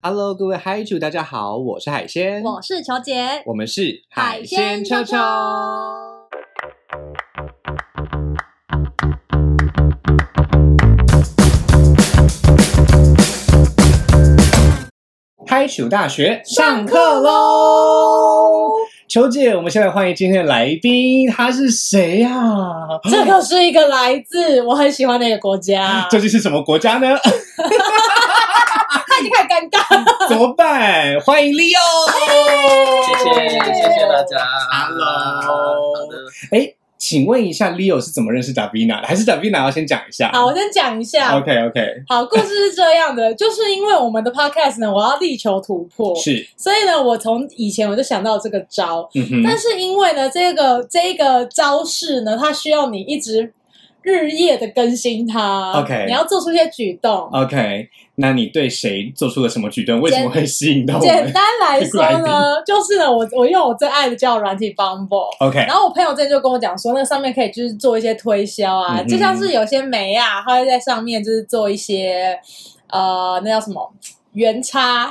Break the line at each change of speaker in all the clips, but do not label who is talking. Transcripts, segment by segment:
Hello，各位嗨主，大家好，我是海鲜，
我是球姐，
我们是
海鲜秋秋。
嗨主大学上课喽！球姐，我们先来欢迎今天的来宾，他是谁呀、
这个是一个来自我很喜欢的一个国家，
究竟是什么国家呢？
他已经开始尴尬。
怎么办？欢迎 Leo，
谢谢，谢谢大家。
Hello
好的，
哎，请问一下，Leo 是怎么认识 Davina 的？还是 Davina 要先讲一下
好，我先讲一下。
？OK OK，
好，故事是这样的， 就是因为我们的 podcast 呢，我要力求突破，
是，
所以呢，我从以前我就想到这个招，
嗯哼，
但是因为呢，这个这个招式呢，它需要你一直日夜的更新它
OK
你要做出一些举动。
OK，那你对谁做出了什么举动？为什么会吸引到我
简
们
单 来说呢，就是呢，我我用我最爱的交友软体 Bumble，
？OK，
然后我朋友之前就跟我讲说，那上面可以就是做一些推销啊，
嗯哼
就像是有些媒啊，他会在上面就是做一些呃，那叫什么？原差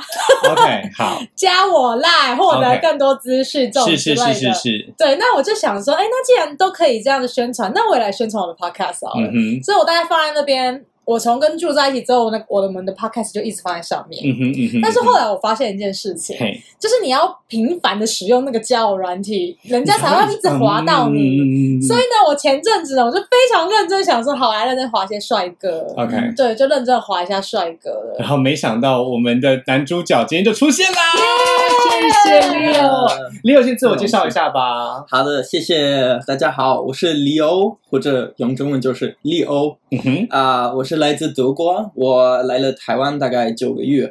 OK，好，
加我赖，获得
OK
更多资讯 这种
是
之类
是
的。
是是是，
对，那我就想说，哎，那既然都可以这样的宣传，那我也来宣传我的 podcast 好了。
嗯哼，
所以我大概放在那边，我从跟住在一起之后，我的我的我们的 podcast 就一直放在上面。
嗯哼嗯哼。
但是后来我发现一件事情，
嘿，
就是你要频繁的使用那个交友软体，人家才会一直滑到你。
你
所以呢，我前阵子呢，我就非常认真想说，好来认真滑一些帅哥。
OK
对，就认真滑一下帅哥了。
然后没想到我们的男主角今天就出现啦！
耶嗯
谢谢 Leo。Leo 先自我介绍一下吧。
好的，谢谢大家好，我是李欧，或者用中文就是利欧
嗯哼
啊、我是来自德国，我来了台湾大概九个月，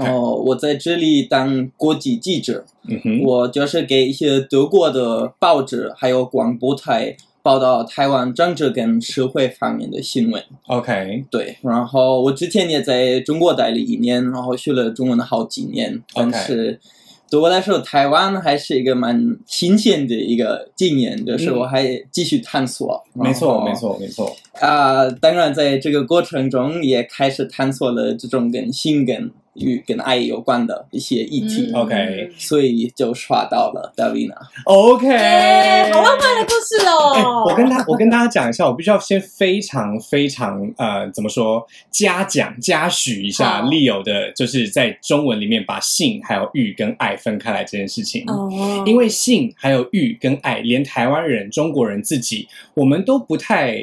哦
，OK，
后我在这里当国际记者，
嗯哼，
我就是给一些德国的报纸还有广播台报道台湾政治跟社会方面的新闻。
，OK，
对，然后我之前也在中国待了一年，然后学了中文好几年，但是对我来说，台湾还是一个蛮新鲜的一个经验，就是
嗯
我还继续探索。
没错，
哦
没。错，没错。
啊、当然在这个过程中也开始探索了这种跟性跟与跟爱有关的一些议题，
嗯 OK
所以就刷到了 Davina。
OK，
耶，好哦浪漫的故事
哎，
哦！
我跟他，我跟大家讲一下，我必须要先非常非常呃，怎么说，嘉奖嘉许一下
好
Leo 的，就是在中文里面把性还有欲跟爱分开来这件事情。
哦，
因为性还有欲跟爱，连台湾人、中国人自己，我们都不太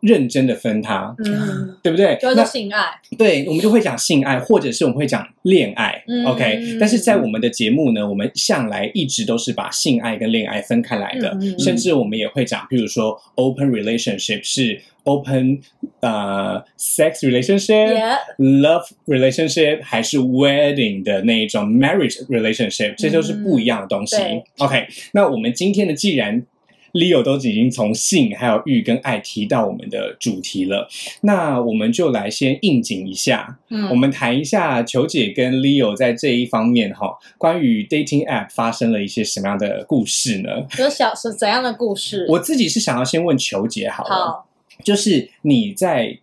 认真的分它，
嗯，
对不对？
就是
那
性爱，
对，我们就会讲性爱，或者是我们会讲恋爱、
嗯
o k 但是在我们的节目呢，我们向来一直都是把性爱跟恋爱分开来的，
嗯嗯嗯
甚至我们也会讲，比如说 open relationship 是 open 呃 sex relationship、
耶，
love relationship 还是 wedding 的那一种 marriage relationship，这都是不一样的东西。
嗯对
OK，那我们今天呢，既然 Leo 都已经从性还有欲跟爱提到我们的主题了，那我们就来先应景一下，
嗯
我们谈一下球姐跟 Leo 在这一方面哈，关于 dating app 发生了一些什么样的故事呢？
有小是怎样的故事？
我自己是想要先问球姐好了，
好
就是你在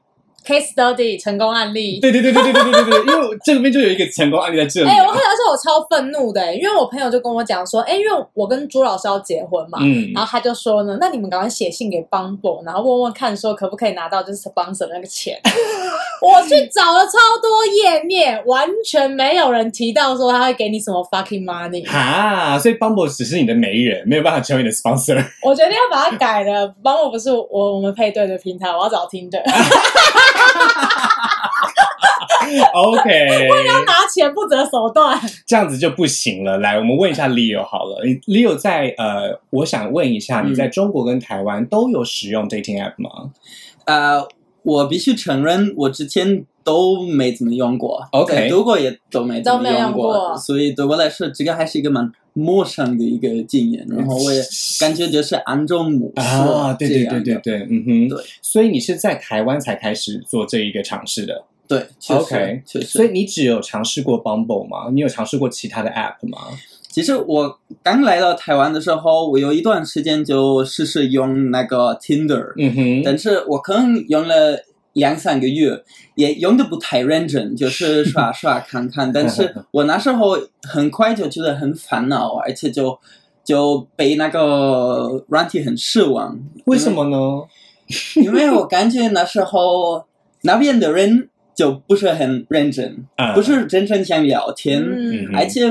case study 成功案例。
对对对对对对对对，因为我这边就有一个成功案例在这里、
哎、我
啊
很，而且我超愤怒的、因为我朋友就跟我讲说，哎、因为我跟朱老师要结婚嘛，
嗯
然后他就说呢，那你们赶快写信给 Bumble，然后问问看说可不可以拿到就是 sponsor 那个钱。 我去找了超多页面，完全没有人提到说他会给你什么 fucking money。
哈，所以 Bumble 只是你的媒人，没有办法成为你的 sponsor。
我决定要把它改了，Bumble 不是我我们配对的平台，我要找 Tinder，
哎 OK，
拿钱不择手段。
这样子就不行了。来，我们问一下 Leo 好了。你 Leo 在呃，我想问一下，
嗯
你在中国跟台湾都有使用 dating app 吗？
呃，我必须承认，我之前都没怎么用过
OK
在德国也都没怎么
都没用
过，
过
所以对我来说，这个还是一个蛮陌生的一个经验。然后我也感觉就是按照模式
啊，对对对
嗯这
对
样的
对，嗯哼，
对。
所以你是在台湾才开始做这一个尝试的，
对，确实
OK，
确实。
所以你只有尝试过 Bumble 吗？你有尝试过其他的 app 吗？
其实我刚来到台湾的时候，我有一段时间就试试用那个 Tinder，、
嗯哼，
但是我可能用了两三个月，也用的不太认真，就是刷刷看看。但是我那时候很快就觉得很烦恼，而且就就被那个软体很失望。
为什么呢？
因为我感觉那时候那边的人就不是很认真，
啊
不是真正想聊天，
嗯
嗯
而且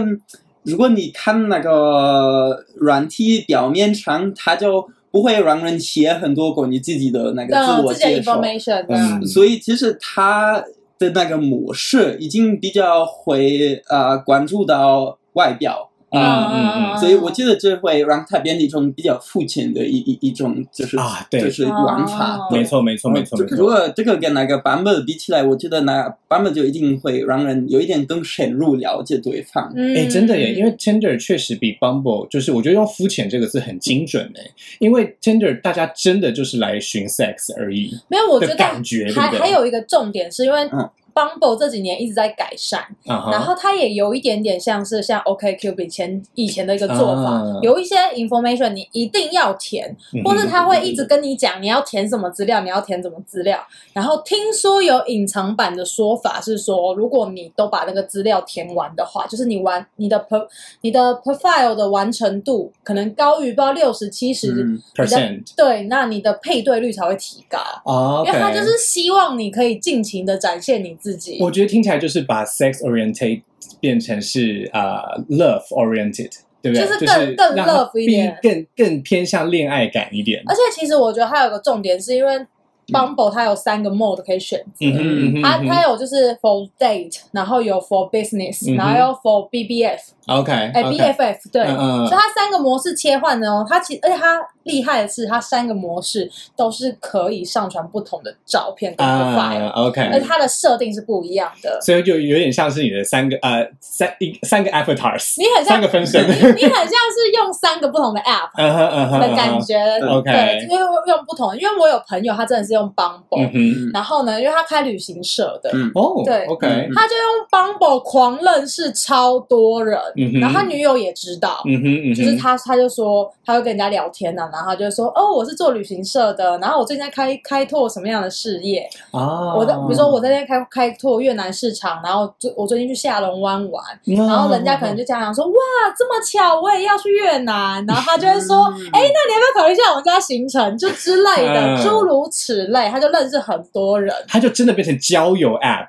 如果你看那个软体表面上，它就不会让人写很多关于自己的那个自
嗯，
我
自己
介
的
绍，
information，
嗯
嗯
所以其实它的那个模式已经比较会呃关注到外表。啊、
嗯嗯
所以我觉得这会让它变成一种比较肤浅的一一一种，就是、
啊对
就是玩法
哦，
对
没错没错没错
这
没
个如
错，
果这个跟那个版本比起来，我觉得那版本就一定会让人有一点更深入了解对方。
嗯
哎，真的耶，因为 Tinder 确实比 Bumble，就是我觉得用“肤浅”这个字很精准哎，因为 Tinder 大家真的就是来寻 sex 而已，
没有，我觉
的
得
感觉对
还
不对
还有一个重点是因为
嗯
Bumble 这几年一直在改善，
啊哈，
然后它也有一点点像是像 OK Cupid 前以前的一个做法，
啊
有一些 information 你一定要填，
嗯
或是他会一直跟你讲你要填什么资料，你要填什么资料。然后听说有隐藏版的说法是说，如果你都把那个资料填完的话，就是你完你的 pro 你的 profile 的完成度可能高于不知道六十七十，
嗯，
percent
对，那你的配对率才会提高。
啊，
因为他就是希望你可以尽情的展现你自己。
我觉得听起来就是把 sex oriented 变成是啊、呃 love oriented，对不对？
就是
就
更
是
更
让它
love 一点
逼更更偏向恋爱感一点。
而且其实我觉得还有个重点，是因为 Bumble 它有三个 mode 可以选择，
嗯哼嗯哼
它
嗯哼
它有就是 for date，然后有 for business，、
嗯哼
然后有 for BBF，
，OK，
哎、
OK，
BFF 对。
嗯嗯
所以它三个模式切换呢，它其而且它厉害的是，它三个模式都是可以上传不同的照片跟 profile，、
啊，OK，
而且它的设定是不一样的。
所以就有点像是你的三个呃三一三个 avatars，
你 很像
三个分身，
你你很像是用三个不同的 app，
嗯哼嗯哼，
的感 觉。
OK
对，因为用不同，因为我有朋友他真的是用 Bumble，、
嗯哼，
嗯
然后呢，因为他开旅行社的，
嗯
哦，
对
，OK，
嗯
他就用 Bumble 狂认识超多人，
嗯哼
然后他女友也知道。
嗯哼嗯哼，
就是他，他就说，他会跟人家聊天呢、然后他就说，哦，我是做旅行社的，然后我最近在开开拓什么样的事业？
啊，
我在比如说我在那边开开拓越南市场，然后最我最近去下龙湾玩，
嗯，
然
然
后人家可能就家长说，哇，这么巧，我也要去越南，然后他就会说，
嗯
哎、那你要不要考虑一下我们家行程，就之类
嗯
的，诸如此类，他就认识很多人，
他就真的变成交友 app，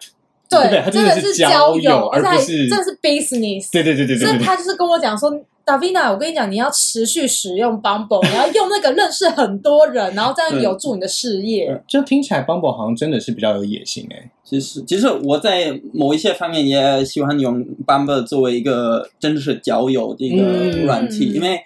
对不对他真
真
的
的
是
是
交
交
友
而且
而
还
不是
真的是 business，
对对对对对
所
对
以
对，
他就是跟我讲说。Davina，我跟你讲，你要持续使用 Bumble，你要用那个认识很多人，然后这样
嗯
有助你的事业。
就听起来 Bumble 好像真的是比较有野心哎，
其实其实我在某一些方面也喜欢用 Bumble 作为一个真的是交友的一
嗯
个软体，因为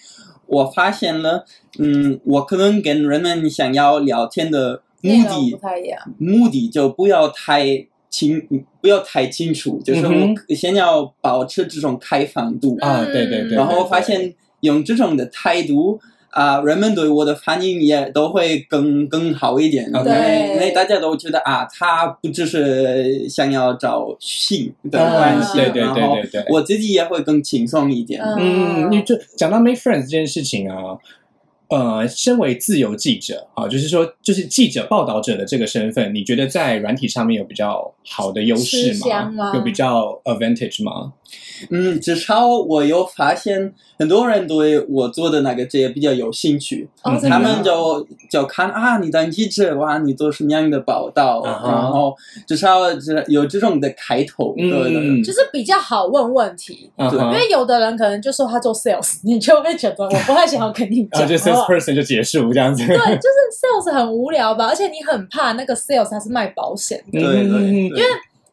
我发现了，嗯，我可能跟人们想要聊天的
内
目
容不
的
太一样，
目的就不要太。清不要太清楚，就是
嗯
我先要保持这种开放度，
啊，对对对，
嗯
对
然后发现用这种的态度啊、人们对我的反应也都会更更好一点，因
OK
为因为大家都觉得啊，他不只是想要找性的
嗯
关系，
对对
然
对
后
对对，
我自己也会更轻松一点。
嗯，
哦
你就讲到 make friends 这件事情啊，呃，身为自由记者啊，就是说，就是记者报道者的这个身份，你觉得在软体上面有比较好的优势
吃香啊
吗？
吗
有比较 advantage 吗？
嗯，至少我有发现很多人对我做的那个职业比较有兴趣，
哦
嗯
真的
他们就就看啊，你当记者哇，你做什么样的报道，
啊哈
然后至少这有这种的开头，对对对。
嗯，
就是比较好问问题，
啊
对
哈
因为有的人可能就说他做 sales，你就会觉得我不太想要跟你
然哦后
讲
就 sales
话。
person 就结束这样子。
对，就是 sales 很无聊吧，而且你很怕那个 sales 他是卖保险
嗯
的，
对对，因为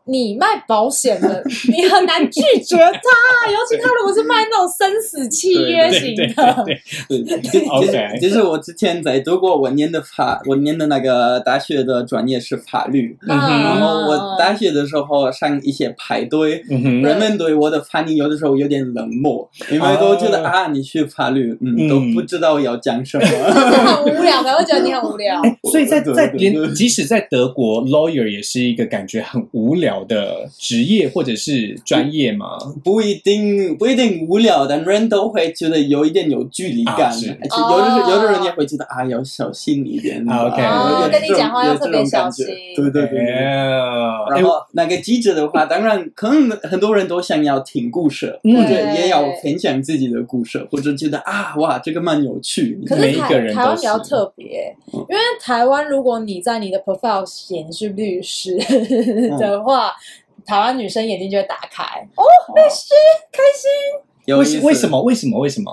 你卖保险的，你很难拒绝他，尤其他如果是卖那种生死契约
对
型
对对
的，
对，
其
OK
实其实我之前在德国，我念的法，我念的那个大学的专业是法律，
嗯哼
然后我大学的时候上一些排队。
嗯哼，
人们对我的反应有的时候有点冷漠，因为都觉得啊，你学法律，
嗯
嗯，都不知道要讲什么。
很无聊，我会觉得你很无聊。
所以在
对
在
对
连
对
即使在德国，lawyer 也是一个感觉很无聊聊的职业或者是专业吗？
不一定不一定无聊，但人都会觉得有一点有距离感，
啊是
而且有的时
哦
候有的人也会觉得啊，要小心一点吧。
啊，OK
哦
有
跟
点
你
这种
讲话要特别小心
有这种感觉对对对对。
哎
然后那个记者 的话，当然可能很多人都想要听故事，
嗯
或者也要
对
分享自己的故事，或者觉得啊哇这个蛮有趣。
可
每
是
一
台
个人都
台湾比较
是
特别，因为台湾如果你在你的 profile 写你是律师的话，台湾女生眼睛就会打开，哦，律师开心。
有
为
意
什
思
为什？么为什么为什么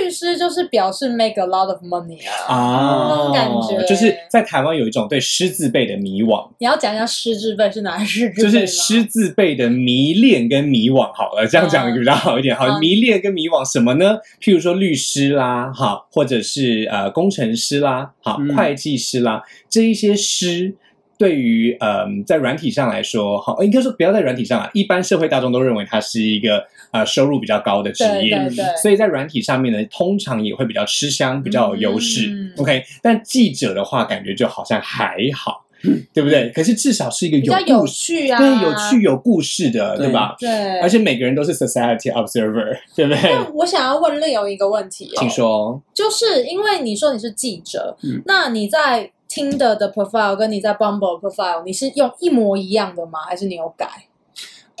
律师就是表示 make a lot of money 啊。
啊？
那种感觉
就是在台湾有一种对师字辈的迷惘，
你要讲一下失智辈是哪失智辈
就
吗？
是师字辈的迷恋跟迷惘。好了，这样讲比较好一点。好，
嗯
迷恋跟迷惘什么呢？譬如说律师啦，哈，或者是呃工程师啦，哈，
嗯
会计师啦，这一些师。对于嗯，在软体上来说，哈，应该说不要在软体上啊，一般社会大众都认为它是一个呃收入比较高的职
对
业，
对对，
所以在软体上面呢，通常也会比较吃香，比较有优势。
嗯
OK，但记者的话，感觉就好像还 好，对不对？可是至少是一个
比较
有
有
故事，
趣啊，
对，有趣，有故事的，对
对
吧？
对。
而且每个人都是 society observer，对不对？
但我想要问另有一个问题、哦，
请说。
就是因为你说你是记者，
嗯
那你在 Tinder 的 profile 跟你在 Bumble 的 profile，你是用一模一样的吗？还是你有
嗯
改？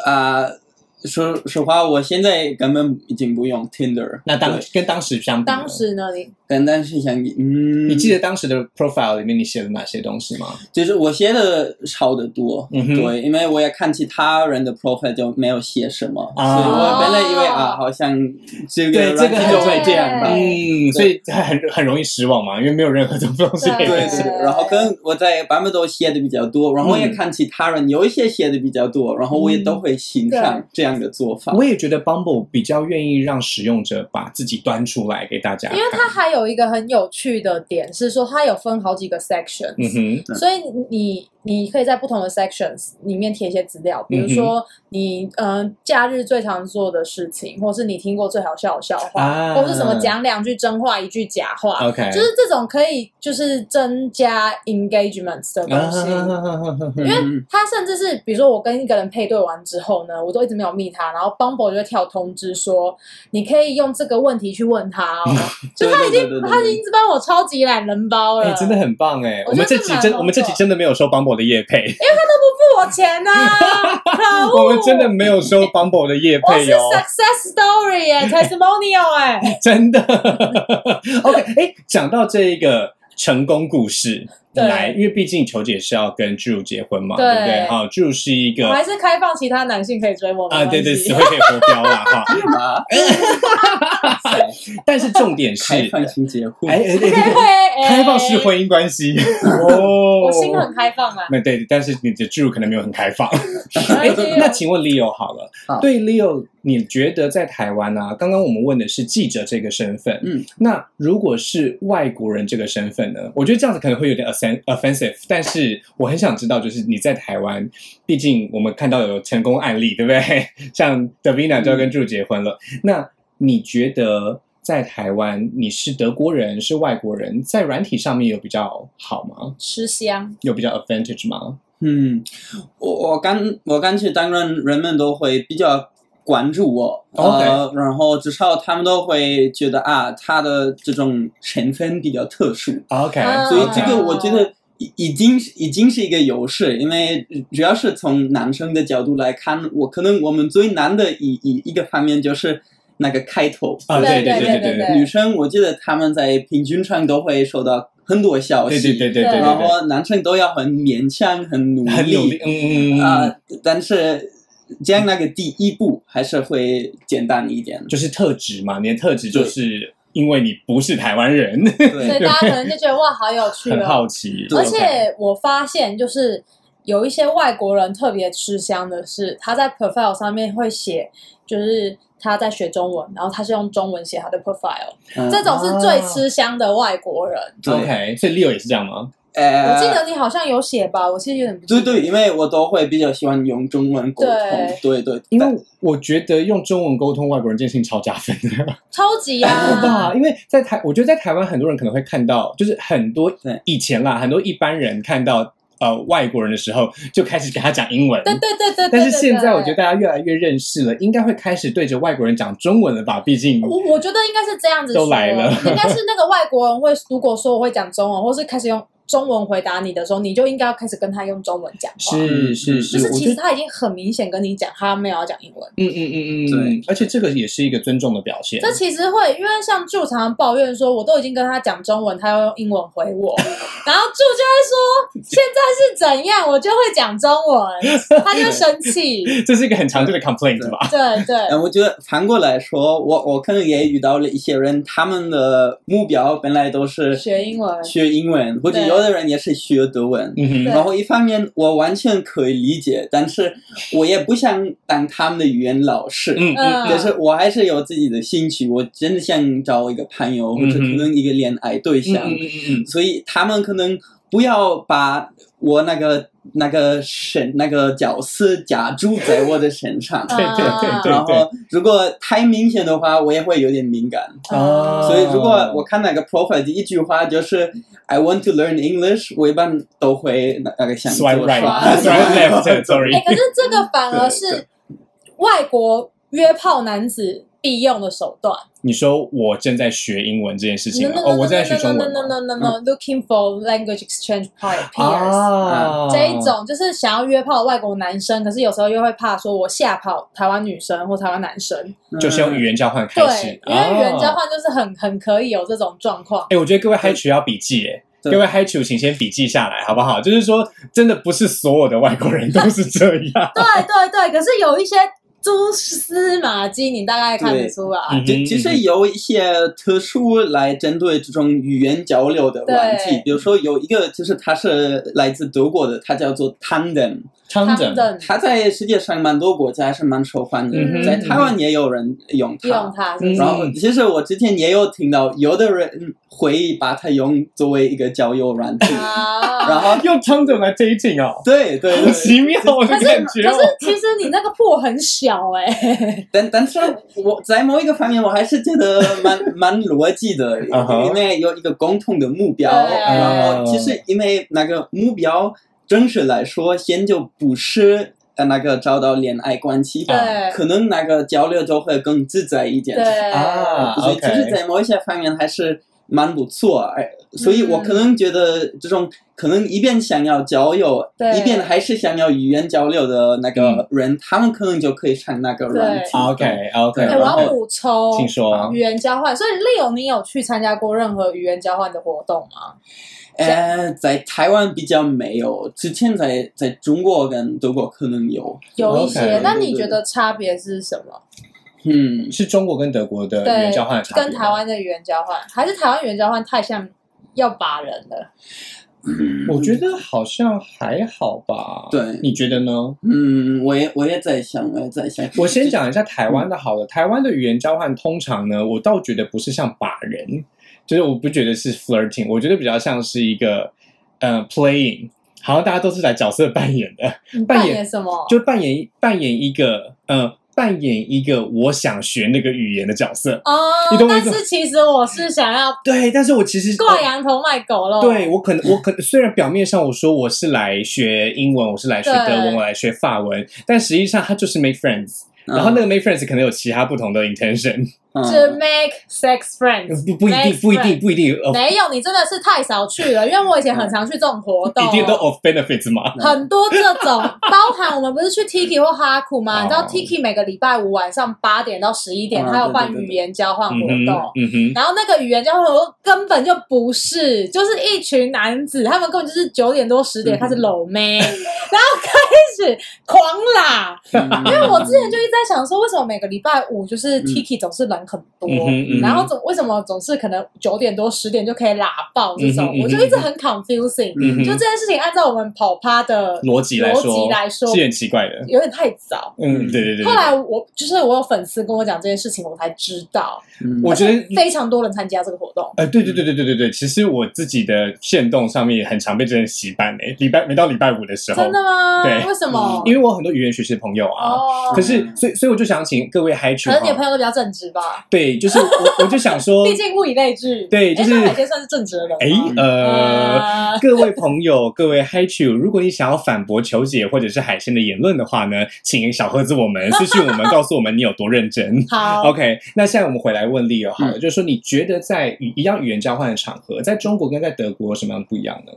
啊、说实话，我现在根本已经不用 Tinder。
那当
对
跟当时相比呢，
当时呢，你
跟但是想，嗯，
你记得当时的 profile 里面你写了哪些东西吗？
就是我写的少得多，
嗯哼
对，因为我也看其他人的 profile 就没有写什么，
啊
所以我本来以为
哦
啊，好像这
对
个
这个
软件就会这样吧，
对
嗯，所以很很容易失望嘛，因为没有任何东西可以
对
分
对
析。
对
对，然后跟我在版本都写的比较多，然后我也
嗯
看其他人有一些写的比较多，然后我也都会欣赏这样的做法。
我也觉得 Bumble 比较愿意让使用者把自己端出来给大家看，
因为它还有一个很有趣的点是说，它有分好几个 sections，、
嗯哼，
所以你你可以在不同的 sections 里面贴一些资料，
嗯
比如说你嗯、呃假日最常做的事情，或是你听过最好笑的笑话，
啊
或是什么讲两句真话一句假话
OK
就是这种可以就是增加 engagements 的东西。
啊
因为
他甚至是，比如说我跟一个人配对完之后呢，我都一直没有密他，然后 Bumble 就会跳通知说，你可以用这个问题去问他
嗯
哦。就他已经
对对对对对
他已经帮我超级懒人包了，
哎、真的很棒哎、
我
我们
觉得
这
这
集
蛮
真，
好
我们这集
的
真的没有收 Bumble 的业配，
付我钱 呢、啊，可恶
我们真的没有收 Bumble 的业
哦我是
配哦，
success story 哎、t e s t i m o n i a l 哎、
真的。OK，哎、讲到这一个成功故事，
对
来，因为毕竟球姐是要跟巨乳结婚嘛，
对
对不 对？好，巨乳是一
我
个
还是开放其他男性可以追我没
啊，对对，
关系
死会可以活标啦哈。
嘛，
但是重点是，
开
哎
放型结婚，
哎哎
嘿
哎，
嘿哎
开放式婚姻关系哦，
我心很开放啊，
那对，但是你的巨乳可能没有很开放。哎
没关系，
那请问 Leo 好了，
好
对 Leo，你觉得在台湾啊，刚刚我们问的是记者这个身份，
嗯，
那如果是外国人这个身份呢？我觉得这样子可能会有点 offen- offensive，但是我很想知道，就是你在台湾，毕竟我们看到有成功案例，对不 对？像 Davina 就要跟 j 结婚了，那你觉得？在台湾，你是德国人，是外国人，在软体上面有比较好吗？
吃香，
有比较 advantage 吗？
嗯，我我感我感觉当然人们都会比较关注我，呃，然后至少他们都会觉得啊，他的这种身份比较特殊，
OK，
啊
所以这个
哦
我觉得已已经是已经是一个优势，因为主要是从男生的角度来看，我可能我们最难的一一一个方面就是那个开头。
啊，对对
对对
对
对
对
对
女生我记得他们在平均上都会收到很多消息，
对对对对对，
然后男生都要很勉强、很努力，
很努力，嗯嗯嗯
啊、
嗯，
但是这样那个第一步还是会简单一点。
就是特质嘛，你的特质就是因为你不是台湾人，
所以
对，
大家可能就觉得哇，好有趣
很
哦。
好奇，
而
OK
且我发现就是有一些外国人特别吃香的是，他在 profile 上面会写，就是他在学中文，然后他是用中文写他的 profile，
嗯
这种是最吃香的外国人。
对
OK，所以 Leo 也是这样吗？
呃，
我记得你好像有写吧，我其实有点不记
对
得。
对，因为我都会比较喜欢用中文沟通，对对，
因为我觉得用中文沟通外国人这件事情超加分的，
超级
对吧？
啊！
因为在台，我觉得在台湾很多人可能会看到，就是很多
对
以前啦，很多一般人看到呃外国人的时候，就开始给他讲英文。
对对对对对。
但是现在我觉得
得，
大家越来越认识了，应该会开始对着外国人讲中文了吧？毕竟
我我觉得应该是这样子说
都来了
应该是那个外国人会，如果说我会讲中文，或是开始用中文回答你的时候，你就应该要开始跟他用中文讲话。
是是
嗯
是，
就是
我
其
觉
实
得
他已经很明显跟你讲，他没有要讲英文。
嗯嗯嗯嗯，
对，
而且这个也是一个尊重的表现。
这其实会，因为像助常常抱怨说，我都已经跟他讲中文，他要用英文回我，然后助就会说现在是怎样，我就会讲中文，他就生气。
这是一个很常见的 complaint 吧？
对对，
嗯，我觉得反过来说，我我可能也遇到了一些人，他们的目标本来都是
学英文
学英文，或者
对
有的人也是学德文。
嗯
对
哼，
然后一方面我完全可以理解，但是我也不想当他们的语言老师。
嗯嗯
嗯
但是我还是有自己的兴趣，我真的想找一个朋友，或者可能一个恋爱对
嗯
象。
嗯嗯嗯
所以他们可能不要把我那个那个身那个角色加注在我的身上。
对对对对
然后，如果太明显的话，我也会有点敏感。
嗯啊，
所以，如果我看那个 profile 第一句话就是 "I want to learn English"，我一般都会那那个想
swipe
做
right
刷
swipe left，sorry，
哎、可是这个反而
对
是外国约炮男子必用的手段。
你说我正在学英文这件事情
No
吗，
no
哦，
no
我正在
no
学中
no
文
no
吗
no no no looking for language exchange peers。
啊，
这一种就是想要约炮的外国男生，可是有时候又会怕说我吓跑台湾女生或台湾男生，
嗯
就是用语言交换开始
对，，因为语言交
哦。
换就是很很可以有这种状况。。
哎，我觉得各位嗨曲要笔记哎。
对
各位嗨曲，请先笔记下来，好不好？就是说，真的不是所有的外国人都是这样
对对对，可是有一些蛛丝马迹，你大概看得出来。
嗯
其其实有一些特殊来针对这种语言交流的问题
对，
比如说有一个就是他是来自德国的，他叫做 Tandem，
汤
他
整
们，的
他在世界上蛮多国家还是蛮受欢迎的，
嗯哼嗯
在台湾也有人用它。
用它是不是，
然后，其实我之前也有听到，有的人会把它用作为一个交友软件
啊，
然后
用汤整来 dating 哦，
对对
好
对，
奇妙的
可是
感觉
可
哦。
是其实你那个破很小哎、
但但是我在某一个方面，我还是觉得蛮蛮逻辑 的，
啊哈
因为有一个共同的目标，
对
然后其实因为那个目标，正式来说，先就不是呃那个找到恋爱关系吧，
对
可能那个交流就会更自在一点。
对
啊
所以其实，
OK
在某一些方面还是蛮不错，哎，所
嗯
以我可能觉得这种可能一边想要交友，
对
一边还是想要语言交流的那个人，他们可能就可以上那个软体。
嗯啊 OK
哎、
OK，
我要补充，
请说
语言交换，所以 Leo，你有去参加过任何语言交换的活动吗？
呃，在台湾比较没有，之前在在中国跟德国可能有，
有一些
OK
那你觉得差别是什么？
嗯，
是中国跟德国的语
对
言交换的，差别吗啊
跟台，湾的语言交换，还是台湾语言交换太像要把人了？
我觉得好像还好吧。
对
你觉得呢？
嗯，我也我也在想，我也在想，
我先讲一下台湾的好了。台湾的语言交换通常呢，我倒觉得不是像把人，就是我不觉得是 flirting，我觉得比较像是一个呃 playing，好像大家都是来角色扮演的，嗯扮
扮
演
演什么？
就扮演扮演一个呃扮演一个我想学那个语言的角色。
哦
你懂，我意
但
思吗
是其实我是想要
对，但是我其实
挂羊头卖狗肉。
对我可能我可能虽然表面上我说我是来学英文，我是来学
对
德文，我来学法文，但实际上他就是 make friends。然后那个 make friends 可能有其他不同的 intention，
嗯
，to make sex friends，
不不一定
Make
不一定
friends
不一定呃
没有，你真的是太少去了，因为我以前很常去这种活动，
一定都 of benefits 嘛。
很多这种，包含我们不是去 Tiki 或哈库吗？
哦
你知道 Tiki 每个礼拜五晚上八点到十一点，
啊
它有办
对对对
语言交换活
嗯
动。
哼嗯哼，
然后那个语言交换活动根本就不是，就是一群男子，他们根本就是九点多十点
嗯
开始搂妹， 然后开始狂拉。
嗯，
因为我之前就一直在想说，为什么每个礼拜五就是 Tiki 总是人很多，
嗯哼嗯哼
然后总为什么总是可能九点多十点就可以拉爆这种，
嗯哼嗯哼
我就一直很 confusing、
嗯哼嗯
就这件事情，按照我们跑趴的
逻辑来
逻
说
辑来说
是很奇怪的。
有点太早。
嗯，对对对。对
后来我就是我有粉丝跟我讲这件事情，我才知道，
嗯
我觉得
非常多人参加这个活动。
呃，对对对对对对对，其实我自己的线动上面也很常被这人洗版诶，礼拜每到礼拜五的时候
真，的吗？
对
为什么？
因为我很多语言学习的朋友啊，
哦，
可是所以所以我就想请各位嗨曲
可
哈
能你的朋友都比较正直吧。吧？
对，就是我我就想说，
毕竟物以类聚。
哦对
诶
就是
那海鲜算是正直的人吗。嗯
哎
嗯
呃。各位朋友，各位 Hi Chu，如果你想要反驳球姐或者是海鲜的言论的话呢，请小盒子我们私信我 们，告诉我们你有多认真。
好
OK，那现在我们回来问 Leo
嗯
好了，就是说你觉得在一一样语言交换的场合，在中国跟在德国有什么样的不一样呢？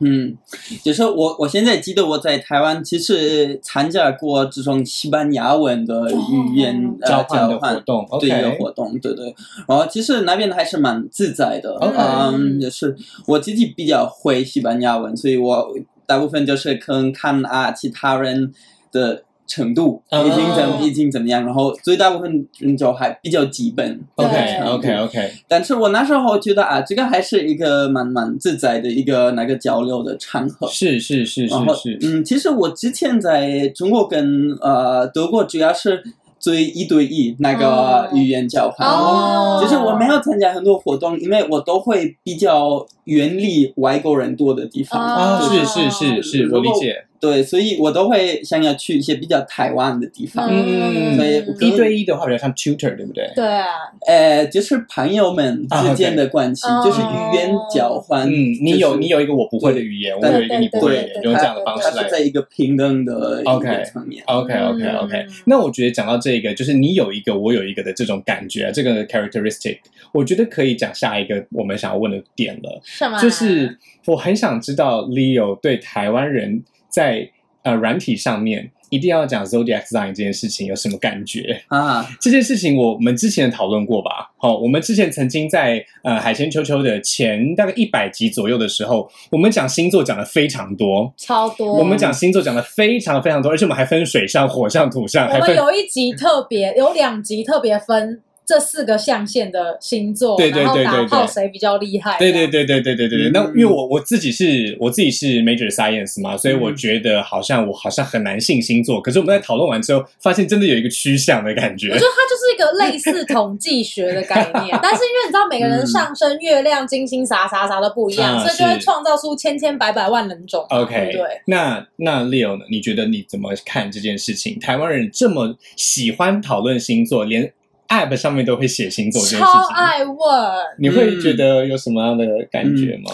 嗯，就是我我现在记得我在台湾其实参加过这种西班牙文的语言、
哦
呃、
交
交
换的活动
对一个
，OK，
活动，对对。然后其实那边还是蛮自在的
OK
嗯，也是我自己比较会西班牙文，所以我大部分就是可能看啊其他人的程度
哦
已经怎已经怎么样，然后所以大部分人就还比较基本。
OK
对
嗯
OK OK，
但是我那时候觉得啊，这个还是一个蛮蛮自在的一个那个交流的场合。
是是是
然后
是，是，
嗯，其实我之前在中国跟呃德国主要是追一对一那
哦
个语言交换。
哦，
其实我没有参加很多活动，因为我都会比较远离外国人多的地方。
啊，
哦
是是是是，我理解，
对，所以我都会想要去一些比较台湾的地方。
嗯
所以我
一
跟
对一的话比较像 tutor，对不对？
对啊，
呃，就是朋友们之间的关系，
啊，OK
就是语言交换。
嗯，你有
就是
你有一个我不会的语言，我
对
有一个你不会的语
对
言，
对
用这样
它
的方
它
式来
是在一个平等的一
OK
个层面。
OK OK OK，、
嗯
那我觉得讲到这个，就是你有一个，我有一个的这种感觉，啊这个 characteristic，我觉得可以讲下一个我们想要问的点了，
什么啊？
就是我很想知道 Leo 对台湾人在呃软体上面一定要讲 zodiac sign 这件事情有什么感觉？
啊，
这件事情我们之前讨论过吧？好、我们之前曾经在呃海鲜球球的前大概一百集左右的时候，我们讲星座讲的非常多，
超多。
我们讲星座讲的非常非常多，而且我们还分水象、火象、土象，还
我们
分
有一集特别，有两集特别分这四个象限的星座，
对对对
然后
对对
打炮谁比较厉害？
对对对对对对对对。
嗯
那因为我我自己是我自己是 major science 嘛，所以我觉得好像我好像很难信星座。可是我们在讨论完之后，发现真的有一个趋向的感觉
我觉。得它就是一个类似统计学的概 念，但是因为你知道每个人的上升、月亮、金星啥啥啥都不一样，
嗯
所以就会
是
创造出千千百百万人种嘛。对
OK，
不对，
那那 Leo 呢？你觉得你怎么看这件事情？台湾人这么喜欢讨论星座，连 App 上面都会写星座这件事
超
情，
爱问。
你
嗯
会觉得有什么样的感觉吗？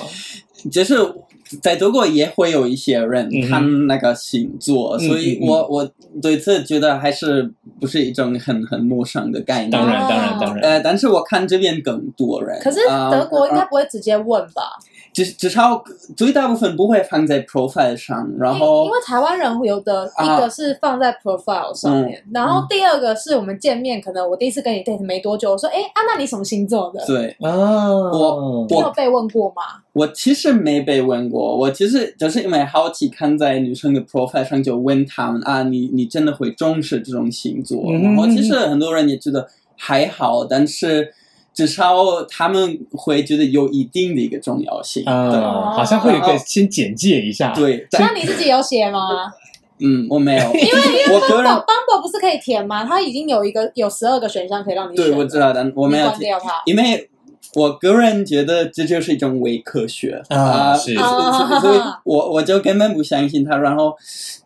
就是在德国也会有一些人
嗯哼
看那个星座，
嗯
所以
嗯嗯
我我对这觉得还是不是一种很很陌生的概
当
念。
然，当然，当然。
呃，但是我看这边更多人，
哦可是
呃
德国应该
呃
不会直接问吧？
至至少最大部分不会放在 profile 上，然
因
后
为台湾人有的一
啊嗯
个是放在 profile 上面，然后第二个是我们见面，可能我第一次跟你 date 没多久，我说，哎，啊，那你什么星座的？
对
哦，
呃我
你有被问过吗？
我其实没被问过，我其实就是因为好奇，看在女生的 profile 上就问他们啊，你你真的会重视这种星座？
嗯
然后其实很多人也觉得还好，但是至少他们会觉得有一定的一个重要性。
啊，好像会有一个先简介一下，
哦
啊
对，但
那你自己有写 吗？
嗯，我没有，因为我个人
Bumble Bumble 不是可以填吗？它已经有一个有十二个选项可以让你选
对
的。
我知道，但我没有
你
听
关掉它。
因为我个人觉得这就是一种伪科学
啊
呃
是
所以所以我我就根本不相信他。然后，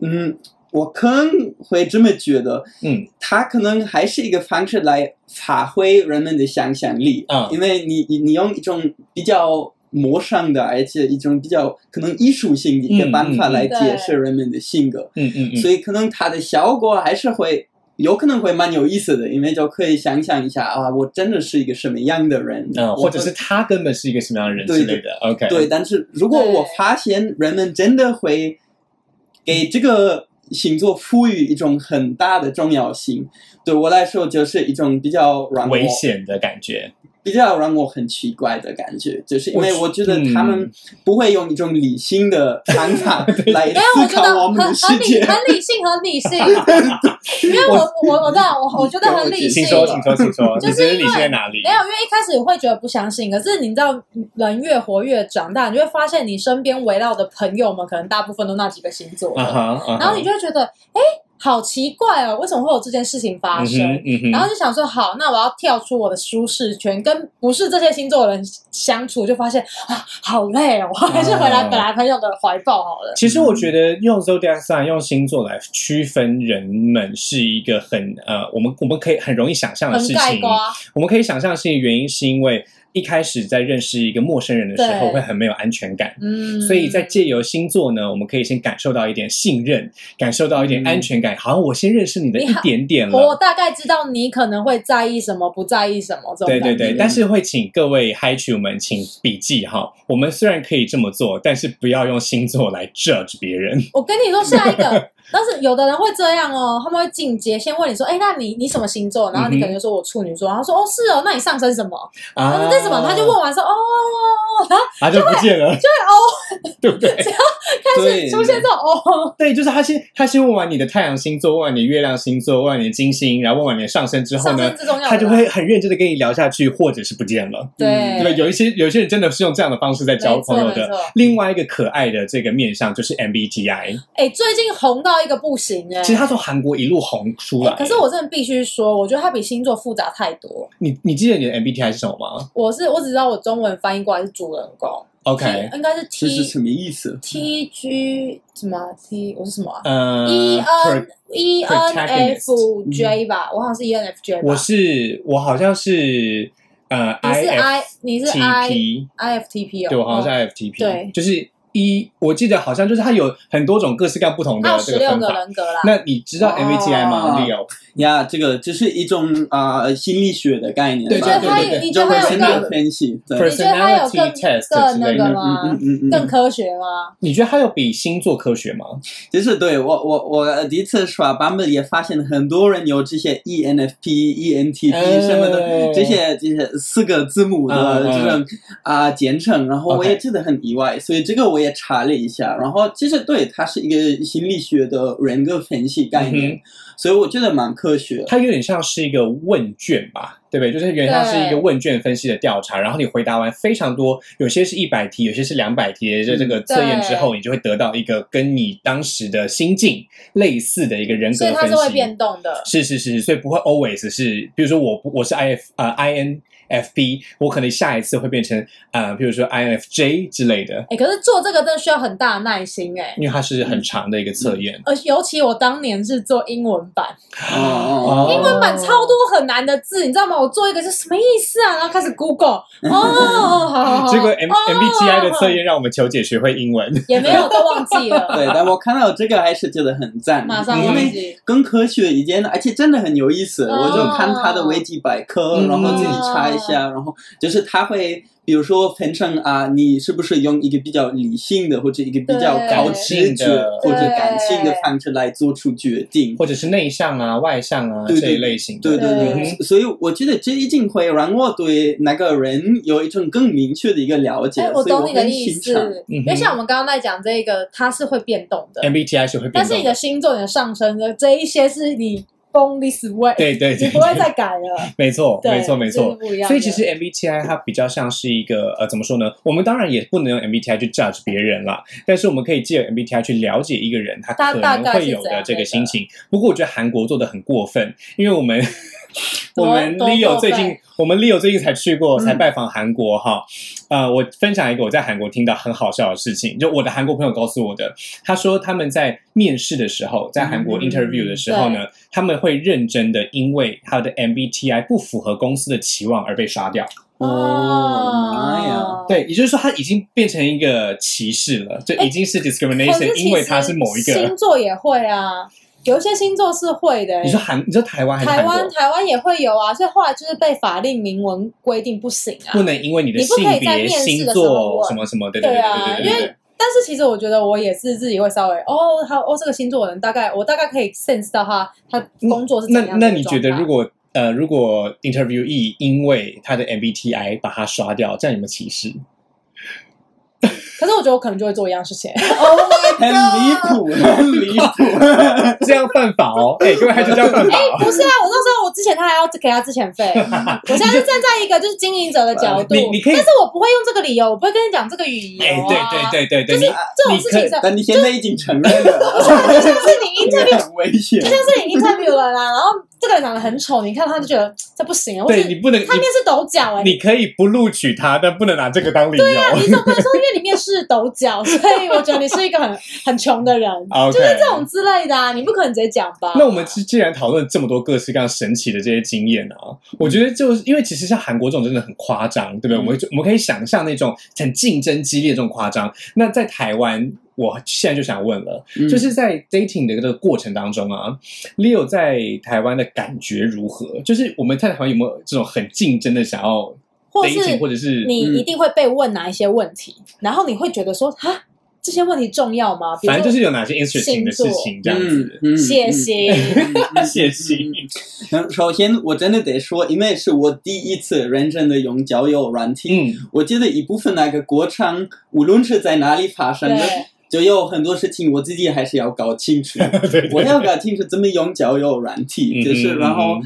嗯，我可能会这么觉得，
嗯，
他可能还是一个方式来发挥人们的想象力
嗯
因为你你你用一种比较。陌生的，而且一种比较可能艺术性的
嗯
一个办法
嗯嗯
来
对
解释人们的性格，
嗯嗯嗯，
所以可能它的效果还是会有可能会蛮有意思的，因为就可以想象一下啊，我真的是一个什么样的人，
嗯，
我
或者是他根本是一个什么样的人之类的，OK，
对。但是如果
对
我发现人们真的会给这个星座赋予一种很大的重要性，对我来说就是一种比较让我
危险的感觉，
比较让我很奇怪的感觉，就是因为
我
我觉得
嗯
他们不会用一种理性的方法 来
没有，我
思
觉得
考我
很
们的世
很
界
理。很理性，很理性。 因为我我我知道，我我觉得很理性
请。说，请说，请说，
就是
你觉得
因为
你现在哪里
没？有，因为一开始我会觉得不相信，可是你知道，人越活越长大，你就会发现你身边围绕的朋友们，可能大部分都那几个星座的
啊哈，啊哈
然后你就会觉得，哎，好奇怪哦，为什么会有这件事情发
嗯
生？
哼，嗯哼，
然后就想说，好，那我要跳出我的舒适圈，跟不是这些星座的人相处，就发现啊，好累哦，我还是回来
啊
哦
本来朋友的怀抱好了。
其实我觉得用 zodiac sign 用星座来区分人们是一个很呃，我们我们可以很容易想象的
很
事
盖
情。
瓜，
我们可以想象性原因是因为一开始在认识一个陌生人的时候
对
会很没有安全感。
嗯，
所以在借由星座呢，我们可以先感受到一点信任，感受到一点
嗯
安全感，好像我先认识你的
你
一
好
点点了。
我大概知道你可能会在意什么，不在意什么这种
对
感觉。
对对，但是会请各位嗨曲们请笔记哈。我们虽然可以这么做，但是不要用星座来 judge 别人。
我跟你说 下一个，但是有的人会这样哦，他们会进阶，先问你说，哎，那你你什么星座？然后你
嗯哼
可能就说我处女座，然后说哦是哦，那你上升什么？然
啊
后，为什么？他就问完说哦，然后
啊就不见了，就会 哦，对不对？
开
对
始出现这种哦，
对，就是他先他先问完你的太阳星座，问完你月亮星座，问完你的金星，然后问完你的上升之后
上
呢
升，最重要的，
他就会很认真的跟你聊下去，或者是不见了。
对
对吧？有一些有一些人真的是用这样的方式在交朋友
没错没
的
错。
另外一个可爱的这个面向就是 MBTI，
哎，最近红到一个不行哎。
其实他从韩国一路红出来。
哎可是我真的必须说，我觉得它比星座复杂太多。
你你记得你的 MBTI 是什么吗
我是我只知道我中文翻译过来是主人公
？OK，
T- 应该是
这是
T
什么意思？
T G 什么 T 我是什么啊、
呃
e N
per-
E N F
protagonist 嗯
J 吧，我好像是 E N F J 吧。
我是我好像是呃
你是 I 你是 I
IFTP，
I F T P 哦，
对，我好像是
哦
IFTP，
对
就是一，我记得好像就是它有很多种各式各样不同
还有
的这
哦十
个
六
分
个
法。
人格啦。
那你知道 MBTI 吗、
哦
l e o
呀，这个这是一种啊、呃心理学的概念吧，
对
你觉得
对
他
对
有你觉
就
得
会
他有
深
那
度
更
分析，对，
你觉得他有
personality
更
test 之
更
类
那
的
个
嗯
吗？
嗯嗯
更
嗯，
科学吗？
你觉得它有比星座科学吗？
其实对我我我第一次刷 Bumble 也发现很多人有这些 E ENFP、ENTP 什么的。
哎
这些这些四个字母的
嗯嗯
这种啊、简称，然后我
OK
也觉得很意外，所以这个我也查了一下。然后其实对，它是一个心理学的人格分析概念，
嗯
所以我觉得蛮科学。
它有点像是一个问卷吧，对不对？就是原来像是一个问卷分析的调查，然后你回答完非常多，有些是一百题，有些是两百题
嗯
的这个测验之后，你就会得到一个跟你当时的心境类似的一个人格
所以
分析。
它是会变动的。
是是是，所以不会 always 是，比如说我不我是 I F 呃 I N F P，我可能下一次会变成呃，比如说 I N F J 之类的，
哎，可是做这个真的需要很大的耐心哎，
因为它是很长的一个测验。
而尤其我当年是做英文版，
哦哦
哦
英文版超多很难的字，你知道吗？我做一个是什么意思啊？然后开始 Google，哦，好好好，
结果 M
哦
M M，M B T I 的测验让我们球姐学会英文，
也没有都忘记
对，
了，
但我看到这个还是觉得很赞，
马上
因
忘
为
记。
更科学一点，而且真的很有意思。
哦
我就看他的维基百科，
嗯
然后自己查一
嗯
下，然后就是他会，比如说分成啊，你是不是用一个比较理性的，或者一个比较
对
高
感
直
性
觉
的
或者感性的
对
方式来做出决定。
或者是内向啊、外向啊
对对
这一类型的。
对对
对
对，所以我觉得这一定会让我对那个人有一种更明确的一个了 解，
哎，
所以
懂你的
很
意
欣
思
赏。，
嗯哼哎
因为像我们刚刚在讲这个，它是会变动的，
M B T I 是会变
但
动
是你的星座、你的上升的这一些是你 born this way，
对对对
你不会再改 了，
没错，
对
没错，没
这是
错。
不一样的。
所以其实 MBTI 它比较像是一个呃，怎么说呢？我们当然也不能用 MBTI 去 judge 别人啦，但是我们可以借由 MBTI 去了解一个人他
大
可
大
能
概
会
是
有
怎
的
样
这
的
个心情。不过我觉得韩国做的很过分，因为我 们
多
我们
多
Leo
过
最
分
近我们 Leo 最近才去过，
嗯
才拜访韩国哈。呃，我分享一个我在韩国听到很好笑的事情，就我的韩国朋友告诉我的，他说他们在面试的时候，在韩国
嗯
interview 的时候呢，他们会认真的因为他的 MBTI 不符合公司的期望而被刷掉。
哦，妈呀！
哦，
哎对，也就是说他已经变成一个歧视了，就已经是
哎可是
discrimination，
其实
因为他是某一个
星。座也会啊，有一些星座是会的、欸
你说韩，你说台湾还是
台
韩国？
湾台湾也会有啊，所以后来就是被法令明文规定不行啊。
不能因为你的
你不可
性
以在
别、
面试的
星
时候
座
问
什么什么，对对
对
对对
啊，
对
因
对
为
对。
但是其实我觉得我也是自己会稍微哦，他哦这个星座的人大概我大概可以 sense 到他他工作是
那
怎样的
那你觉得
状态
如果呃如果 interviewee 因为他的 MBTI 把他刷掉，这样有没有歧视？
可是我觉得我可能就会做一样事 情，哎
Oh my
很离 谱，很离谱，这样犯法 哦！哎，各位还是这样犯法哦。
不是啊，我那时候我之前他还要给他之前 费，我现在是站在一个就是经营者的角度，
呃你你可以
但是我不会用这个理由，我不会跟你讲这个语言、
哎
啊，对，
对对对对，
就是
你
这种事情是，
但你现在已经承认了，
就像是你 interview，
很危险
就。像是你 interview 了啦，然后这个人长得很丑，你看他就觉得这不行啊，或者
对你不能，
他面
你
试抖脚哎、
你可以不录取他，但不能拿这个当理由。
啊你总不能说因为你面试抖脚，所以我觉得你是一个很很穷的 人
啊 OK
就是这种之类的啊，你不可能直接讲吧？
那我们既既然讨论这么多各式各样神奇的这些经验啊，我觉得就是因为其实像韩国这种真的很夸张，对不对？
嗯
我们就我们可以想象那种很竞争激烈这种夸张。那在台湾，我现在就想问了，
嗯
嗯
就是在 dating 的这个过程当中啊，Leo 在台湾的感觉如何？就是我们在台湾有没有这种很竞争的想要
或
dating，
是
或者是
你一定会被问哪一些问题，然后你会觉得说啊，这些问题重要吗？比如
反
说
正就是有哪些 interesting 的事情这样子？
嗯，
谢
谢。
谢。 嗯
谢谢。
嗯首先，我真的得说，因为是我第一次认真的用交友软体，
嗯，
我记得一部分那个过程，无论是在哪里发生的，
对，
就有很多事情我自己还是要搞清楚。
对对
我
对，
要搞清楚怎么用交友软体，就是
嗯
然后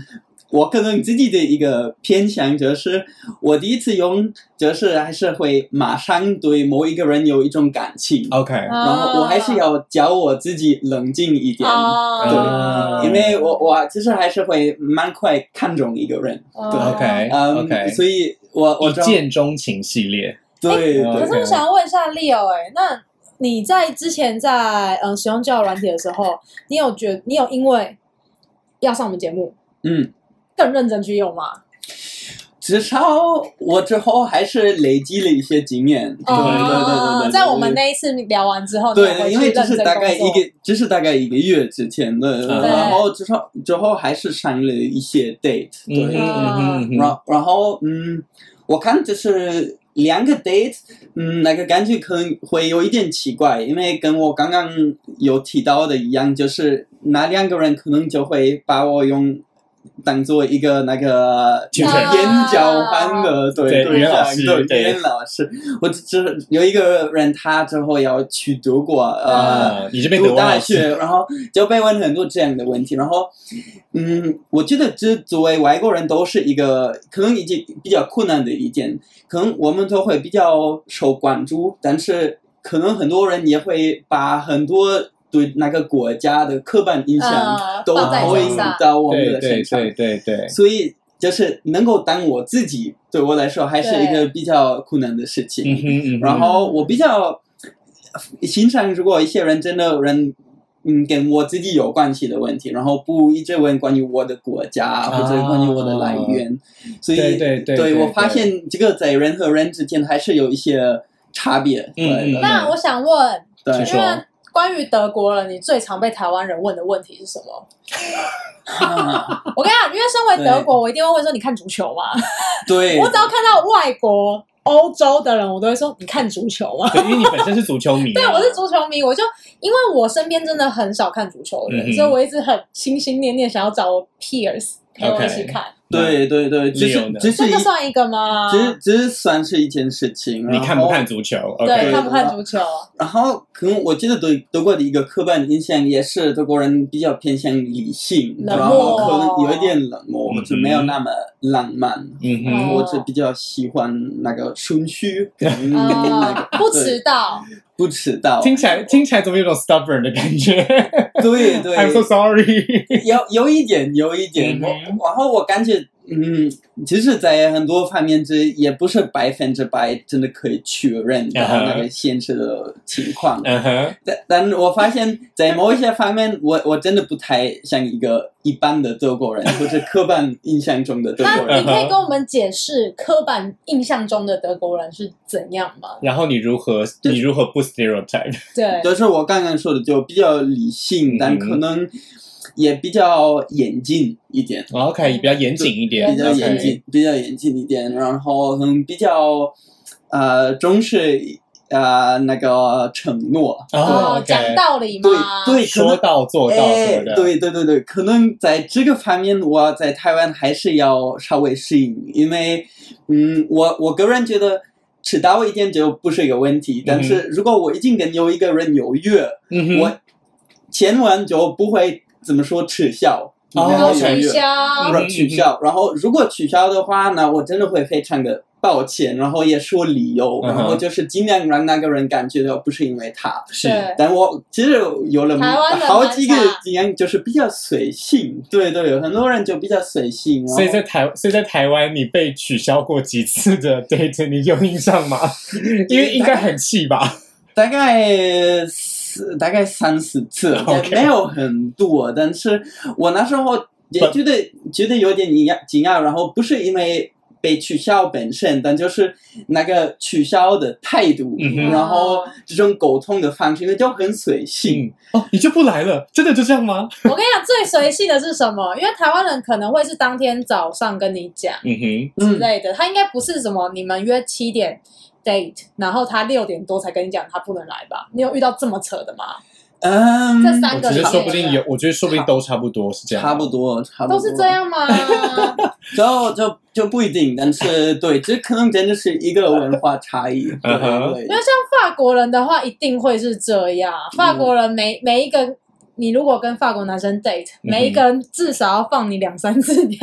我可能自己的一个偏向就是，我第一次用就是还是会马上对某一个人有一种感情，
OK，
然
然后我还
哦
是要教我自己冷静一点。
啊，
对
因为我我其实还是会蛮快看中一个人，
啊
OK
嗯
OK，
所以我我
一
知道
见钟情系列。
对
哎
可
对
是我想要问一下 Leo，哎、那你在之前在嗯、呃使用交友软体的时候，你有觉你有因为要上我们节目
嗯，
更认真去用吗？
至少我之后还是累积了一些经验。对对对对对对
哦
对，
在我们那一次聊完之后，
对
你有回
对，
去
因为这
认
是
真
大概一
工作
个，这是大概一个月之前的，
嗯
然后之后之后还是上了一些 date，
嗯
对，
哼嗯哼
然后然后嗯，我看就是两个 date，嗯，那个感觉可能会有一点奇怪，因为跟我刚刚有提到的一样，就是哪两个人可能就会把我用当做一个那个
去
演
看
交换的
对
对
语言
象
老师
对
对
语言老师，我只只有一个人，他之后要去德国呃。
啊，你这边
读
德
大
文
学，然后就被问很多这样的问题，然后，嗯，我觉得这作为外国人都是一个可能已经比较困难的一点，可能我们都会比较受关注，但是可能很多人也会把很多对那个国家的刻板印
啊
象都
放
在
投
身
影
上
到我们
对
的
对
身上，
对对对，
所以就是能够当我自己，对我来说还是一个比较困难的事情
嗯。哼嗯哼，
然后我比较欣赏，如果一些人真的人，嗯，跟我自己有关系的问题，然后不一直问关于我的国家或者关于我的来源，所以
啊对对对对
我发现这个在人和人之间还是有一些差别。对
嗯嗯
那我想问，
对
请
对
说
因为关于德国人，你最常被台湾人问的问题是什么？
啊
我跟你讲，因为身为
对
德国，我一定会问说你看足球吗？
对，
我只要看到外国欧洲的人，我都会说你看足球吗？
对因为你本身是足球迷啊，
对，我是足球迷，我就因为我身边真的很少看足球的人，
嗯哼
所以我一直很心心念念想要找我 peers 陪我一起看。
对对对，只是
的
只是
这
一
个算一个吗？
只只是算是一件事情。
你
然
看不
后
看足球
对，
？OK，
看不看足球？
然后可能我记得德德国的一个刻板印象也是德国人比较偏向理性，
冷漠
然后可能有一点冷漠，
嗯
或者没有那么浪漫。
嗯
嗯
哼，
我只比较喜欢那个顺序，跟 那
啊
个，
不迟到，
不迟到。
听起来听起来怎么有种 stubborn 的感觉
对对，
？I'm so sorry。
有有一点，有一点。
嗯
我然后我感觉，嗯，其实，在很多方面，这也不是百分之百真的可以确认的
嗯哼
那个现实的情况。
嗯哼，
但但我发现，在某一些方面，我我真的不太像一个一般的德国人，或者刻板印象中的德
那
国
你
人。
可以跟我们解释刻板印象中的德国人是怎样吗？
然后你如何你如何不 stereotype？
对，
就是我刚刚说的，就比较理性，
嗯
但可能也比较严谨一点，
哦 OK，比较严谨一点，
比较严谨，比较严谨一点，然后可能比较呃重视呃那个承诺。
啊。
哦，
OK
讲道理
对
嘛，
对，可
说
能
到做到什
哎
么，的，
对对对对，可能在这个方面，我啊在台湾还是要稍微适应，因为，嗯，我我个人觉得，迟到一点就不是一个问题，但是如果我已经跟有一个人有约，
嗯哼，
我前晚就不会怎么说取消，
哦
然
然
后
后
取
取消，
嗯
然后取消，然后如果取消的话呢，我真的会非常的抱歉，然后也说理由，
嗯哼
然后就是尽量让那个人感觉到不是因为他。
是，
但我其实有了
台湾人
好几个
蛮大
经验，就是比较随性，对对，有很多人就比较随性，然后
所以在台，所以在台湾，你被取消过几次 的 date，你有印象吗？因为应该很气吧？
大概四大概三四次，也
OK
没有很多，但是我那时候也觉得觉得有点惊讶惊讶，然后不是因为被取消本身，但就是那个取消的态度，
嗯哼
然
哦
后这种沟通的方式，因为都很随性。
嗯，哦，你就不来了，真的就这样吗？
我跟你讲，最随性的是什么？因为台湾人可能会是当天早上跟你讲
嗯哼，
之
嗯，
类的，他应该不是什么你们约七点 date，然后他六点多才跟你讲他不能来吧？你有遇到这么扯的吗？
嗯
这三
我
个
觉得
场
说不
面
定有，我觉得说不定都差不多是这样，
差不。多，差不多
都是这，样吗？
就就就不一定，但 是对，这可能真的是一个文化差异。对
嗯哼
对
没有像法国人的话，一定会是这样。法国人每、每一个，你如果跟法国男生 date，
嗯嗯哼
每一个人至少要放你两三次 鸟。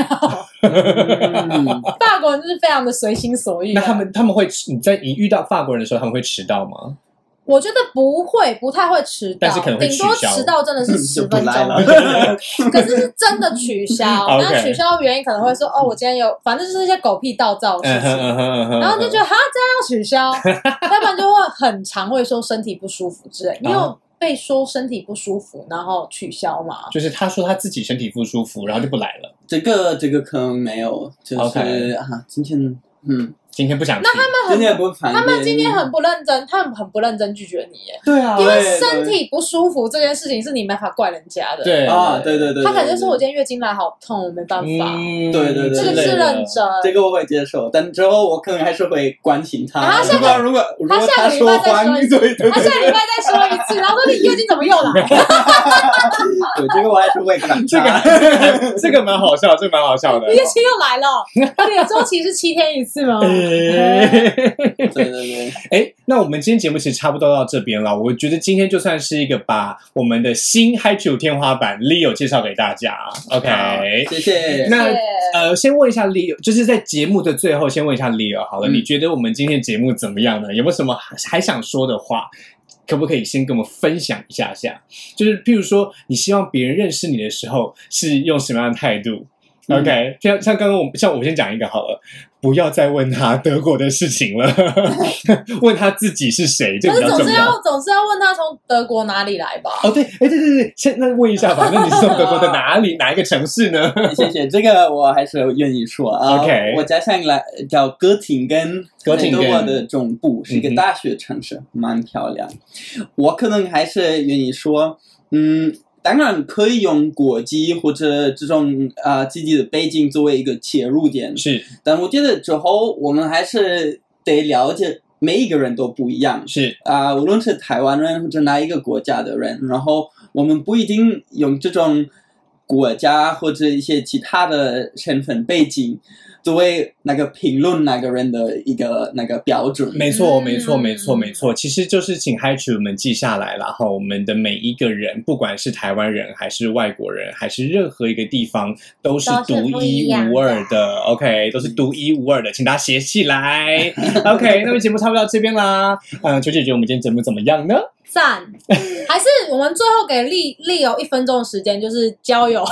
嗯
法国人就是非常的随心所欲啊。
那他们他们会迟你在你遇到法国人的时候，他们会迟到吗？
我觉得不会，不太会迟到，
但是可能会
顶多
取消
迟到真的是
嗯 就
十
不
分
来
钟。
了。
可是是真的取消，
OK
那取消的原因可能会说，哦，我今天有，反正就是一些狗屁道灶的
嗯
事
哼
情。
嗯哼嗯哼，
然后就觉得哈，这样要 取消，要不然就会很常会说身体不舒服之类。你
哦
有被说身体不舒服然后取消吗？
就是他说他自己身体不舒服，然后就不来了，
这个这个可能没有，就是
OK
啊，今天嗯，
今天不想去。那他们
今天也不反
他
对
们今天很不认真，他们很不认真拒绝你耶，
对啊，
因
对
为身体不舒服这件事情是你没法怪人家的。，
对
啊，对对对，
他
对
可能就说我今天月经来好痛，我没办法。
嗯
对对对
这
之
个
类
是
的
认真。
这个我会接受，但之后我可能还是会关心他。
啊
如果如果如果
他下个礼
说
拜再
欢
说一
对
次
对对
他
对，
下礼拜再说一次，然后说你月经怎么又来？
这个我还是会啊管他。
这个 这个蛮好笑，这个蛮好笑的
你。月经又来了，那你的周期是七天一次 吗？
嗯哎
对对对，
哎，那我们今天节目其实差不多到这边了。我觉得今天就算是一个把我们的新嗨曲天花板 Leo 介绍给大家。OK，
谢谢。
那
谢
呃，先问一下 Leo，就是在节目的最后，先问一下 Leo 好了，
嗯
你觉得我们今天节目怎么样呢？有没有什么还还想说的话？可不可以先跟我们分享一下下？就是譬如说，你希望别人认识你的时候是用什么样的态度？
嗯
OK，像像刚刚我像我先讲一个好了，不要再问他德国的事情了，问他自己是谁，这
可
比
是
较
总
重
是
要。
要总是要问他从德国哪里来吧？
哦，对，哎，对对对，现在问一下吧，那你是从德国的哪里哪一个城市呢？
谢谢，这个我还是愿意说啊。
OK
我家乡来叫哥廷根，
哥廷根
德国的总部是一
嗯哼
个大学城市，蛮漂亮。我可能还是愿意说，嗯，当然可以用国籍或者这种啊、呃自己的背景作为一个切入点，
是
但我觉得之后我们还是得了解每一个人都不一样，
是，
啊、无论是台湾人或者哪一个国家的
嗯
人，然后我们不一定用这种国家或者一些其他的身份背景作为那个评论那个人的一个那个标准。
没错，
嗯
没错，没错，没错。其实就是请嗨曲们记下来，然后我们的每一个人，不管是台湾人还是外国人，还是任何一个地方，都是
都是
独
不一
一
样
无
的嗯
二的。OK，都是独一无二的，请大家写起 来。OK，那么节目差不多到这边啦。嗯，球姐觉得我们今天节目怎么 样呢？
赞，还是我们最后给利利友一分钟的时间，就是交友 啊？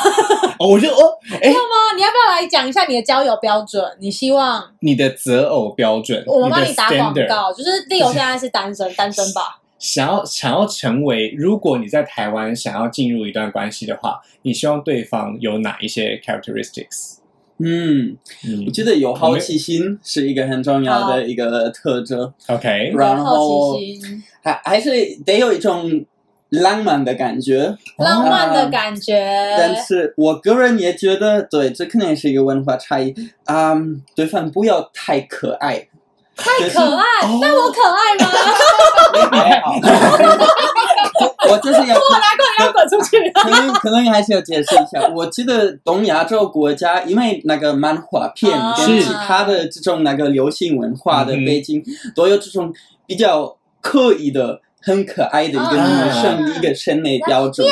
哦，我觉得哦，哎，
你要不要来讲一下你的交友标准？你希望
你的择偶标准，
我们
的
帮你打广
standard
告，就是利友现在是单身，单身 吧？
想要想要成为，如果你在台湾想要进入一段关系的话，你希望对方有哪一些 characteristics？
嗯，
嗯
我觉得有好奇心是一个很重要的一个特
嗯
征，
，OK，
有
然
好
后
奇心，
还还是得有一种浪漫的感觉。
浪漫的感
但
觉，
是我个人也觉得，对，这可能也是一个文化差异啊、对方不要太可爱，太
哦
可爱。那我可爱吗？
还好。我我这是
我来
要
过，你要滚出去！
可能可能你还是要解释一下。我记得东亚洲国家，因为那个漫画片
啊
跟其他的这种那个流行文化的背景，都有这种比较刻意的、很可爱的一个女生的一个审美标准。
啊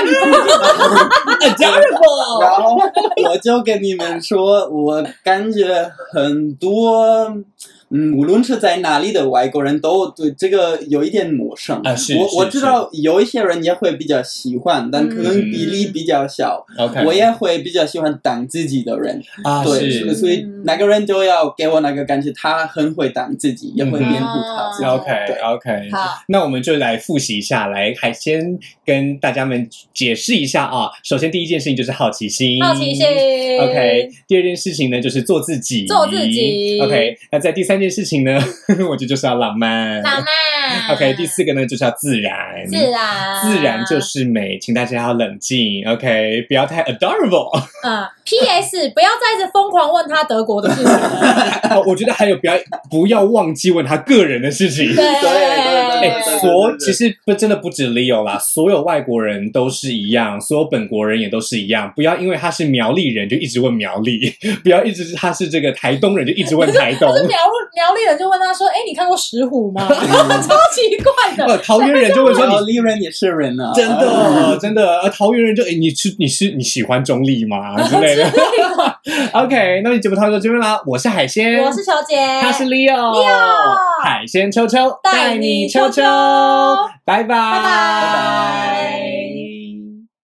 喝这 个水？
然后我就跟你们说，我感觉很多，嗯，无论是在哪里的外国人都对这个有一点陌生。
啊是是
我我知
是
道有一些人也会比较喜欢，但可能比例比较小。
OK，
我也会比较喜欢当自己的人，
啊
对，
是
所以那个人就要给我那个感觉，他很会当自己，也会
嗯
辩护他自己。
OK
对
OK，
好，
那我们就来复习一下，来还先跟大家们解释一下啊。首先第一件事情就是好奇心，
好奇心。。
OK，第二件事情呢就是做自己，
做自己
OK，那在第三件事情呢， 我觉得就是要浪漫。
浪漫。
OK，第四个呢就是要自然。
自然，
自然就是美，请大家要冷静，OK，不要太 adorable。
嗯。P.S. 不要再一直疯狂问他德国的事情 了。
哦我觉得还有不要不要忘记问他个人的事情。
对
对
哎，
对
所其实不真的不止 Leo 啦，所有外国人都是一样，所有本国人也都是一样。不要因为他是苗栗人就一直问苗栗， 不要一直是他是这个台东人就一直问台东
不，是苗苗栗人就问他说：“哎，你看过石虎吗？”
嗯
超奇怪的。
呃，桃园人就会说
然后
你
丽人也是人啊，
真的 真的，呃，桃园人就哎你是你是你喜欢中立吗之类 的。OK，那你节目到这边啦，我是海鲜，
我是小姐，
他是 Leo，Leo 海鲜秋秋
带你秋秋
拜拜拜
拜拜。